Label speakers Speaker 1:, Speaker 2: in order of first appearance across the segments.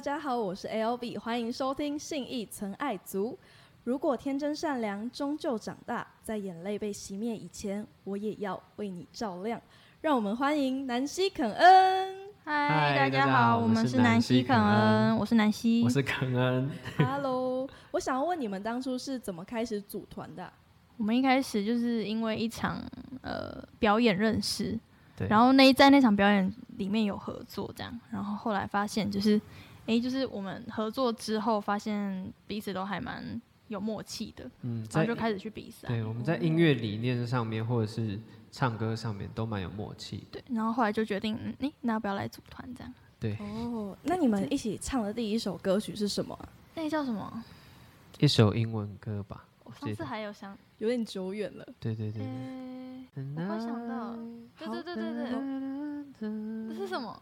Speaker 1: 家好，我是 L B，欢迎收听《信义曾爱足》。如果天真善良终究长大，在眼泪被熄灭以前，我也要为你照亮。让我们欢迎南希肯恩。
Speaker 2: 嗨，
Speaker 3: 大
Speaker 2: 家
Speaker 3: 好，
Speaker 2: 我
Speaker 3: 们
Speaker 2: 是
Speaker 3: 南
Speaker 2: 希
Speaker 3: 肯
Speaker 2: 恩，
Speaker 3: 我是南希，
Speaker 2: 我是肯恩。
Speaker 1: Hello，我想要问你们当初是怎么开始组团的啊、
Speaker 3: 我们一开始就是因为一场呃表演认识，
Speaker 2: 对，
Speaker 3: 然后那一在那场表演里面有合作这样，然后后来发现就是，诶，就是我们合作之后发现彼此都还蛮有默契的，
Speaker 2: 嗯，
Speaker 3: 然后
Speaker 2: 在
Speaker 3: 就开始去比赛，
Speaker 2: 对我们在音乐理念上面或者是唱歌上面都蛮有默契。
Speaker 3: 对，然后后来就决定，嗯，诶，那要不要来组团这样？
Speaker 2: 对，
Speaker 1: 哦，那你们一起唱的第一首歌曲是什么啊？
Speaker 3: 那个叫什么？
Speaker 2: 一首英文歌吧。
Speaker 3: 我
Speaker 2: 记
Speaker 3: 上次
Speaker 2: 得
Speaker 3: 还有想，
Speaker 1: 有点久远了。
Speaker 2: 对对对
Speaker 3: 诶，
Speaker 2: 对。
Speaker 3: 嗯我快想到了，对对对对对，这是什么？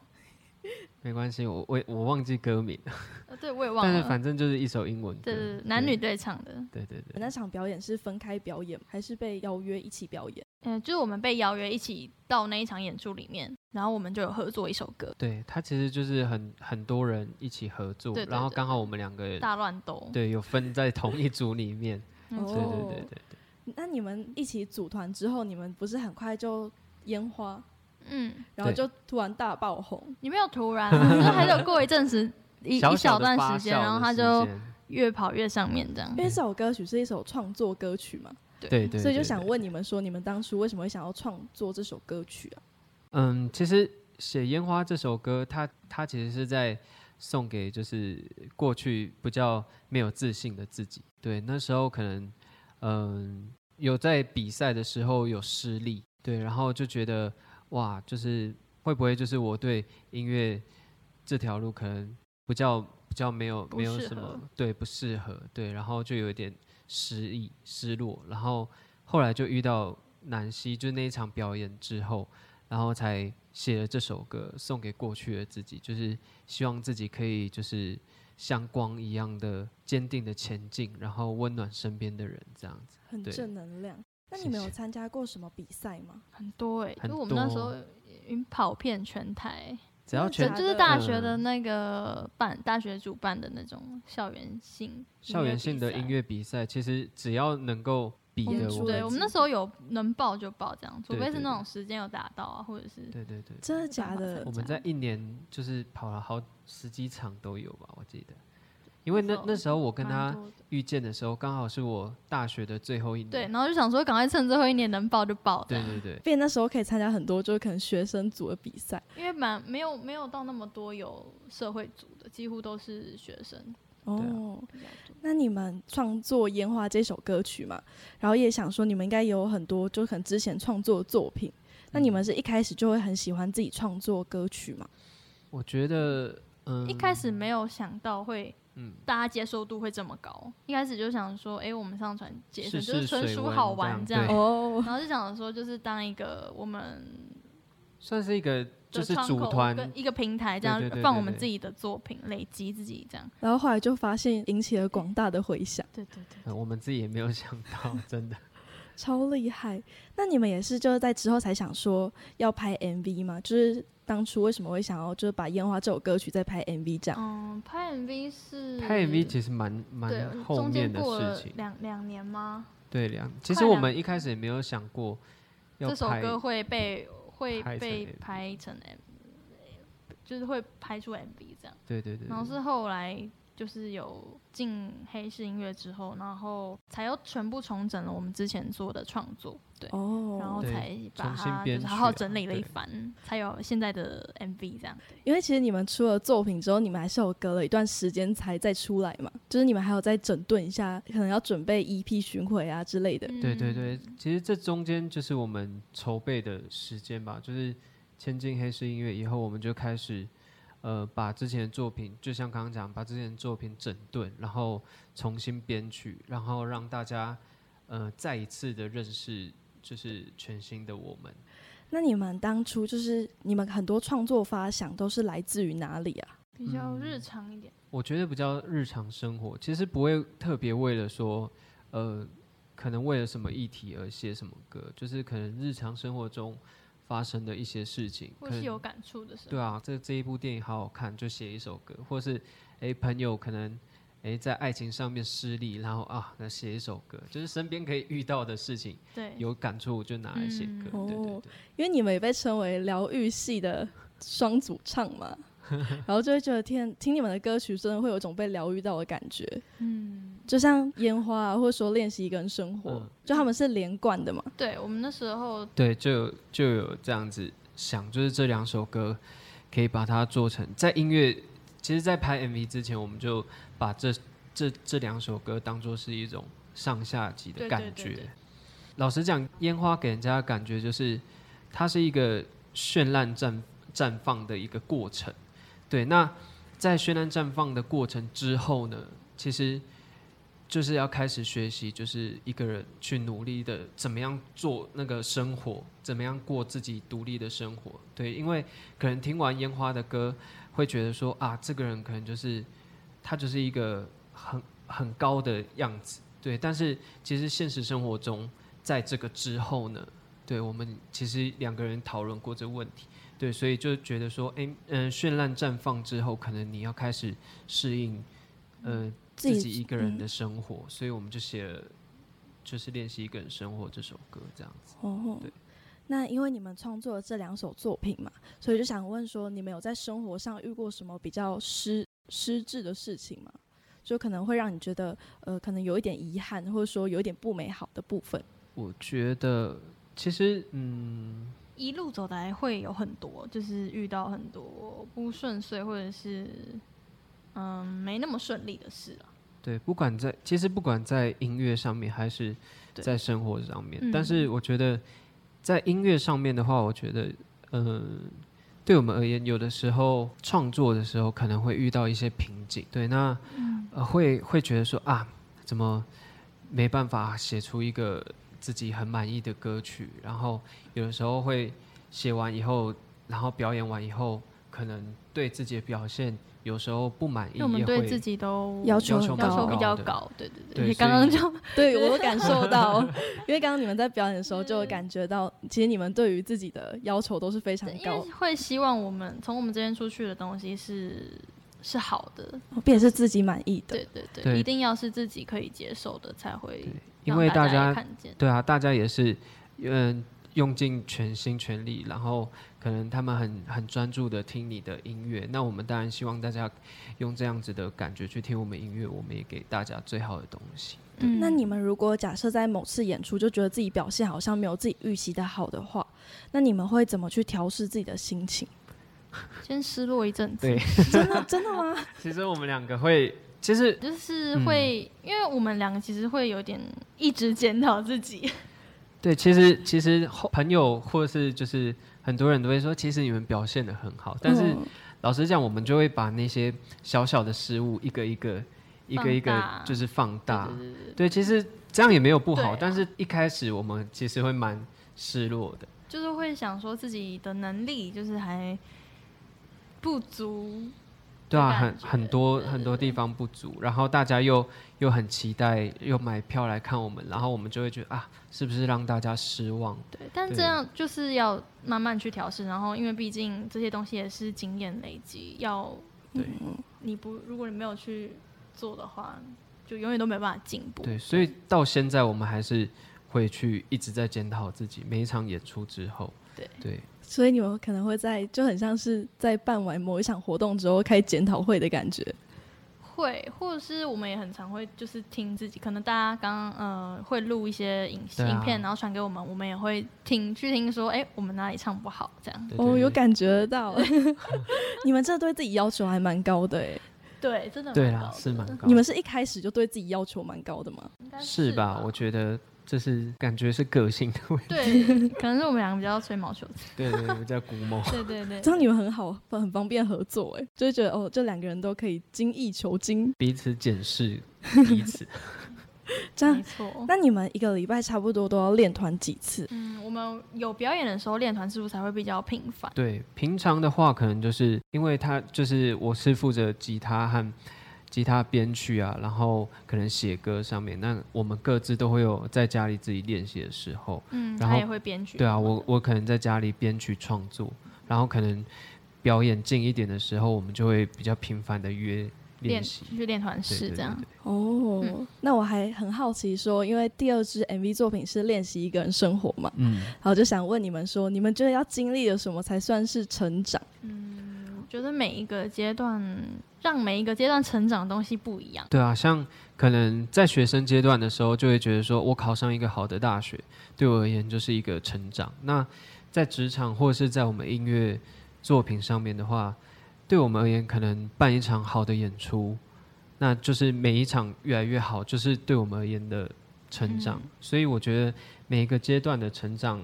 Speaker 2: 没关系，我我我忘记歌名，了，
Speaker 3: 呃，对我也忘
Speaker 2: 但是
Speaker 3: 了，
Speaker 2: 反正就是一首英文歌。
Speaker 3: 对对对，男女对唱的。
Speaker 2: 对。对对对，
Speaker 1: 那场表演是分开表演，还是被邀约一起表演？
Speaker 3: 嗯，就是我们被邀约一起到那一场演出里面，然后我们就有合作一首歌
Speaker 2: 对他其实就是很很多人一起合作
Speaker 3: 对，对
Speaker 2: 然后
Speaker 3: 对
Speaker 2: 刚好我们两个
Speaker 3: 《大乱斗》。
Speaker 2: 对有分在同一组里面。
Speaker 3: 嗯，
Speaker 2: 对
Speaker 1: 哦
Speaker 2: 对对对对。
Speaker 1: 那你们一起组团之后，你们不是很快就烟花，
Speaker 3: 嗯，
Speaker 1: 然后
Speaker 2: 对
Speaker 1: 就突然大爆红，
Speaker 3: 你没有突然，啊就是还有过一阵子一一
Speaker 2: 小
Speaker 3: 小
Speaker 2: 的
Speaker 3: 段
Speaker 2: 发
Speaker 3: 时间，
Speaker 2: 酵
Speaker 3: 然后
Speaker 2: 的
Speaker 3: 他
Speaker 2: 时
Speaker 3: 就
Speaker 2: 间
Speaker 3: 越跑越上面这样
Speaker 1: 因。为这首歌曲是一首创作歌曲嘛，
Speaker 3: 对
Speaker 2: 对对，
Speaker 1: 所以就
Speaker 2: 对
Speaker 1: 想
Speaker 2: 对
Speaker 1: 问你们说，你们当初为什么会想要创作这首歌曲啊？
Speaker 2: 嗯，其实写《烟花》这首歌，它它其实是在送给就是过去比较没有自信的自己。对，那时候可能嗯有在比赛的时候有失利，对，然后就觉得哇，就是会不会就是我对音乐这条路可能比较比较没有
Speaker 3: 不
Speaker 2: 没有
Speaker 3: 适
Speaker 2: 什么
Speaker 3: 合
Speaker 2: 对不适合，对，然后就有一点失意失落，然后后来就遇到南希，就那一场表演之后，然后才写了这首歌送给过去的自己，就是希望自己可以就是像光一样的坚定的前进，然后温暖身边的人，这样子。
Speaker 1: 很
Speaker 2: 对
Speaker 1: 正能量。那
Speaker 2: 谢
Speaker 1: 你们有
Speaker 2: 谢
Speaker 1: 参加过什么比赛吗？
Speaker 3: 很多哎，
Speaker 2: 很
Speaker 3: 就我们那时
Speaker 2: 多
Speaker 3: 候已经跑遍全台，
Speaker 2: 只要
Speaker 1: 真
Speaker 2: 全
Speaker 1: 的假
Speaker 3: 就是
Speaker 1: 的
Speaker 3: 大学的
Speaker 2: 嗯
Speaker 3: 那个办，大学主办的那种校园性
Speaker 2: 校园性的音
Speaker 3: 乐
Speaker 2: 乐比赛，其实只要能够比
Speaker 3: 比
Speaker 1: 我
Speaker 3: 赛。
Speaker 1: 们
Speaker 2: 的，
Speaker 1: 出
Speaker 2: 我
Speaker 3: 对
Speaker 2: 们
Speaker 3: 我们那时候有能报就报这样，除
Speaker 2: 对
Speaker 3: 非是
Speaker 2: 对
Speaker 3: 那
Speaker 2: 对
Speaker 3: 种时间有达到啊，或者是
Speaker 2: 对对对，
Speaker 1: 真的假
Speaker 3: 有
Speaker 1: 的
Speaker 2: 我？
Speaker 3: 这
Speaker 2: 们
Speaker 3: 样
Speaker 2: 在一年就是跑了好十几场都有吧，我记得。因为那
Speaker 3: 那
Speaker 2: 那时候我跟
Speaker 3: 蛮
Speaker 2: 他
Speaker 3: 多的
Speaker 2: 遇见的时候，刚好是我大学的最后一年。
Speaker 3: 对，然后就想说赶快趁最后一年能报就报这
Speaker 2: 嗯对
Speaker 3: 样，
Speaker 2: 对对，
Speaker 1: 变那时候可以参加很多，就是可能学生组的比赛
Speaker 3: 因为蛮没有没有到那么多有社会组的，几乎都是学生
Speaker 2: 啊
Speaker 1: 哦。
Speaker 3: 比较多。
Speaker 1: 那你们创作《烟花》这首歌曲嘛，然后也想说你们应该有很多就可能之前创作的作品，那你们是一开始就会很喜欢自己创作歌曲嘛？
Speaker 2: 我觉得，嗯，
Speaker 3: 一开始没有想到会
Speaker 2: 嗯，
Speaker 3: 大家接受度会这么高，一开始就想说，哎、我们上传节省
Speaker 2: 试
Speaker 3: 就是
Speaker 2: 试
Speaker 3: 纯
Speaker 2: 水
Speaker 3: 属
Speaker 2: 温
Speaker 3: 好
Speaker 2: 这
Speaker 3: 玩
Speaker 2: 样
Speaker 3: 这样，
Speaker 2: 对
Speaker 1: 哦，
Speaker 3: 然后就想说就是当一个我们
Speaker 2: 算是一个就
Speaker 3: 的
Speaker 2: 是
Speaker 3: 窗
Speaker 2: 组
Speaker 3: 口
Speaker 2: 团，
Speaker 3: 跟一个平台这样
Speaker 2: 对对对
Speaker 3: 放
Speaker 2: 对
Speaker 3: 我们
Speaker 2: 对
Speaker 3: 自己的作品，累积自己这样。
Speaker 1: 然后后来就发现引起了广大的回响，
Speaker 3: 对对对。
Speaker 2: 呃我们自己也没有想到，真的。
Speaker 1: 超厉害。那你们也是就是在之后才想说要拍 MV 吗？就是当初为什么会想要就是把《烟花》这首歌曲再拍 MV 这样？
Speaker 3: 嗯，拍 MV 是
Speaker 2: 拍 MV 其实蛮
Speaker 3: 对
Speaker 2: 蛮，后
Speaker 3: 中
Speaker 2: 面
Speaker 3: 间
Speaker 2: 的
Speaker 3: 过了
Speaker 2: 事情，
Speaker 3: 两两年吗？
Speaker 2: 对两。其
Speaker 3: 快
Speaker 2: 实我
Speaker 3: 两
Speaker 2: 们一开始也没有想过要
Speaker 3: 这首
Speaker 2: 拍
Speaker 3: 歌会被会
Speaker 2: 拍成
Speaker 3: 被
Speaker 2: MV
Speaker 3: 拍成 M，就是会拍出 MV 这样。
Speaker 2: 对对对，
Speaker 3: 然后
Speaker 2: 对
Speaker 3: 是后来就是有进黑市音乐之后，然后才又全部重整了我们之前做的创作，对，
Speaker 1: 哦，
Speaker 3: 然后
Speaker 2: 对
Speaker 3: 才把
Speaker 2: 重新
Speaker 3: 它就
Speaker 2: 编
Speaker 3: 是
Speaker 2: 曲
Speaker 3: 好好
Speaker 2: 啊
Speaker 3: 整理了一
Speaker 2: 对嗯
Speaker 3: 番，才有现在的 MV 这样。对，
Speaker 1: 因为其实你们出了作品之后，你们还是有隔了一段时间才再出来嘛，就是你们还有再整顿一下，可能要准备 EP 巡回啊之类的。
Speaker 2: 对对
Speaker 3: 嗯
Speaker 2: 对，其实这中间就是我们筹备的时间吧，就是签进黑市音乐以后，我们就开始呃把之前的作品，就像刚刚讲，把之前的作品整顿，然后重新编曲，然后让大家呃再一次的认识，就是全新的我们。
Speaker 1: 那你们当初就是你们很多创作发想都是来自于哪里啊？
Speaker 3: 比较日常一点。
Speaker 2: 我觉得比较日常生活，其实不会特别为了说，呃，可能为了什么议题而写什么歌，就是可能日常生活中发生的一些事情，
Speaker 3: 或
Speaker 2: 可
Speaker 3: 是
Speaker 2: 能
Speaker 3: 有感触的时候，
Speaker 2: 对啊，这这一部电影好好看，就写一首歌，或是诶朋友可能诶在爱情上面失利，然后啊那写一首歌，就是身边可以遇到的事情，
Speaker 3: 对，
Speaker 2: 有感触就拿来写歌，
Speaker 1: 嗯
Speaker 2: 对对
Speaker 1: 哦
Speaker 2: 对。
Speaker 1: 因为你们也被称为疗愈系的双主唱 嘛，然后就会觉得天听你们的歌曲真的会有一种被疗愈到的感觉，
Speaker 3: 嗯，
Speaker 1: 就像烟花、啊，或者说练习一个人生活，
Speaker 2: 嗯
Speaker 1: 就他们是连贯的嘛。
Speaker 3: 对我们那时候
Speaker 2: 对，就有就有这样子想，就是这两首歌可以把它做成在音乐，其实，在拍 MV 之前，我们就把这这这两首歌当做是一种上下级的
Speaker 3: 对对
Speaker 2: 感觉。
Speaker 3: 对对
Speaker 2: 老实讲，烟花给人家的感觉就是它是一个绚烂绽绽放的一个过程。对，那在绚烂绽放的过程之后呢，其实就是要开始学习，就是一个人去努力的怎么样做那个生活，怎么样过自己独立的生活。对，因为可能听完烟花的歌，会觉得说啊，这个人可能就是他就是一个很很高的样子。对，但是其实现实生活中，在这个之后呢，对我们其实两个人讨论过这个问题。对，所以就觉得说，诶，嗯、绚烂绽放之后，可能你要开始适应，呃，
Speaker 1: 自己
Speaker 2: 自己一个人
Speaker 1: 嗯
Speaker 2: 的生活，所以我们就写了，就是练习一个人生活这首歌这样子。
Speaker 1: 哦
Speaker 2: 对，
Speaker 1: 那因为你们创作了这两首作品嘛，所以就想问说，你们有在生活上遇过什么比较失失智的事情吗？就可能会让你觉得，呃，可能有一点遗憾，或者说有一点不美好的部分。
Speaker 2: 我觉得其实，嗯，
Speaker 3: 一路走来会有很多，就是遇到很多不顺遂或者是嗯没那么顺利的事啊。
Speaker 2: 对，不管在其实不管在音乐上面还是
Speaker 3: 对
Speaker 2: 在生活上面
Speaker 3: 嗯，
Speaker 2: 但是我觉得在音乐上面的话，我觉得，嗯、对我们而言，有的时候创作的时候可能会遇到一些瓶颈，对，那、
Speaker 3: 嗯
Speaker 2: 呃、会会觉得说啊，怎么没办法写出一个自己很满意的歌曲，然后有的时候会写完以后，然后表演完以后，可能对自己的表现有时候不满意，
Speaker 3: 因为我们
Speaker 2: 也
Speaker 3: 对
Speaker 2: 会
Speaker 3: 自己都
Speaker 1: 要
Speaker 2: 求
Speaker 1: 很
Speaker 2: 蛮
Speaker 3: 要求
Speaker 1: 高
Speaker 3: 比较
Speaker 2: 的
Speaker 3: 高，对对
Speaker 2: 对
Speaker 3: 你
Speaker 2: 所
Speaker 3: 刚刚
Speaker 2: 以
Speaker 3: 就
Speaker 1: 对我有感受到，因为刚刚你们在表演的时候就有感觉到，其实你们对于自己的要求都是非常
Speaker 3: 对因为
Speaker 1: 高，
Speaker 3: 会希望我们从我们这边出去的东西是是好的，
Speaker 1: 并且是自己满意的。
Speaker 3: 对对对，
Speaker 2: 对
Speaker 3: 一定要是自己可以接受的才会
Speaker 2: 对因
Speaker 3: 让
Speaker 2: 为
Speaker 3: 大
Speaker 2: 大家
Speaker 3: 看见。
Speaker 2: 对啊，大家也是，嗯，用尽全心全力，然后可能他们很很专注的听你的音乐。那我们当然希望大家用这样子的感觉去听我们音乐，我们也给大家最好的东西。
Speaker 3: 嗯
Speaker 1: 那你们如果假设在某次演出就觉得自己表现好像没有自己预期的好的话，那你们会怎么去调试自己的心情？
Speaker 3: 先失落一阵子，
Speaker 2: 对
Speaker 1: 真的真的吗？
Speaker 2: 其实我们两个会，其实
Speaker 3: 就是
Speaker 2: 嗯
Speaker 3: 会，因为我们两个其实会有点一直检讨自己，
Speaker 2: 对，其实其实后朋友或是就是很多人都会说，其实你们表现的很好， 但是
Speaker 1: 嗯
Speaker 2: 老实讲，我们就会把那些小小的失误一个一个。一个一
Speaker 3: 放
Speaker 2: 个
Speaker 3: 大
Speaker 2: 就是放大，
Speaker 3: 对对对对
Speaker 2: 对，其实这样也没有不
Speaker 3: 对
Speaker 2: 好，
Speaker 3: 啊
Speaker 2: 但是一开始我们其实会蛮失落的。
Speaker 3: 就是会想说自己的能力就是还不足，
Speaker 2: 对啊，
Speaker 3: 感
Speaker 2: 很
Speaker 3: 觉
Speaker 2: 很多很多地方不足，然后大家又又很期待，又买票来看我们，然后我们就会觉得啊，是不是让大家失望？
Speaker 3: 对，但
Speaker 2: 对
Speaker 3: 这样就是要慢慢去调试，然后因为毕竟这些东西也是经验累积，要
Speaker 2: 对
Speaker 3: 你不如果你没有去做的话，就永远都没办法进步。
Speaker 2: 对，所以到现在我们还是会去一直在检讨自己，每一场演出之后，
Speaker 3: 对
Speaker 2: 对
Speaker 1: 所以你们可能会在就很像是在办完某一场活动之后开检讨会的感觉。
Speaker 3: 会，或者是我们也很常会就是听自己，可能大家刚呃会录一些影、
Speaker 2: 对啊
Speaker 3: 影片，然后传给我们，我们也会听去听说，哎、我们哪里唱不好这样。
Speaker 2: 对
Speaker 1: 哦，
Speaker 2: 对
Speaker 1: 有
Speaker 2: 对
Speaker 1: 感觉 到， 你们这对自己要求还蛮高的哎。
Speaker 3: 对，真的
Speaker 2: 对
Speaker 3: 蛮高
Speaker 2: 啦，
Speaker 3: 的
Speaker 2: 是蛮高的。
Speaker 1: 你们是一开始就对自己要求蛮高的吗？
Speaker 3: 应该
Speaker 2: 是吧？我觉得这是感觉是个性的问题，
Speaker 3: 对，可能是我们两个比较吹毛求疵。
Speaker 2: 对对对，比较古某。
Speaker 3: 对对对，
Speaker 1: 这样你们很好，很方便合作哎，就会觉得哦，这两个人都可以精益求精。
Speaker 2: 彼此检 视彼此。
Speaker 1: 这样
Speaker 3: 没，错。
Speaker 1: 那你们一个礼拜差不多都要练团几次？
Speaker 3: 嗯，我们有表演的时候，练团次数才会比较频繁。
Speaker 2: 对，平常的话可能就是因为他就是我是负责吉他和吉他编曲啊，然后可能写歌上面，那我们各自都会有在家里自己练习的时候。
Speaker 3: 嗯，
Speaker 2: 然
Speaker 3: 他
Speaker 2: 后
Speaker 3: 也会编曲。
Speaker 2: 对啊，我我可能在家里编曲创作，然后可能表演近一点的时候，我们就会比较频繁的约
Speaker 3: 练
Speaker 2: 练习。
Speaker 3: 去练团
Speaker 2: 对对
Speaker 3: 式
Speaker 2: 对
Speaker 3: 这样
Speaker 2: 对。
Speaker 1: 哦，那我还很好奇说，因为第二支 MV 作品是练习一个人生活嘛，
Speaker 2: 嗯，
Speaker 1: 然后就想问你们说，你们觉得要经历了什么才算是成长？
Speaker 3: 我觉得每一个阶段，让每一个阶段成长的东西不一样。
Speaker 2: 对啊，像可能在学生阶段的时候，就会觉得说我考上一个好的大学，对我而言就是一个成长。那在职场或是在我们音乐作品上面的话，对我们而言，可能办一场好的演出，那就是每一场越来越好，就是对我们而言的成长。
Speaker 3: 嗯
Speaker 2: 所以我觉得每一个阶段的成长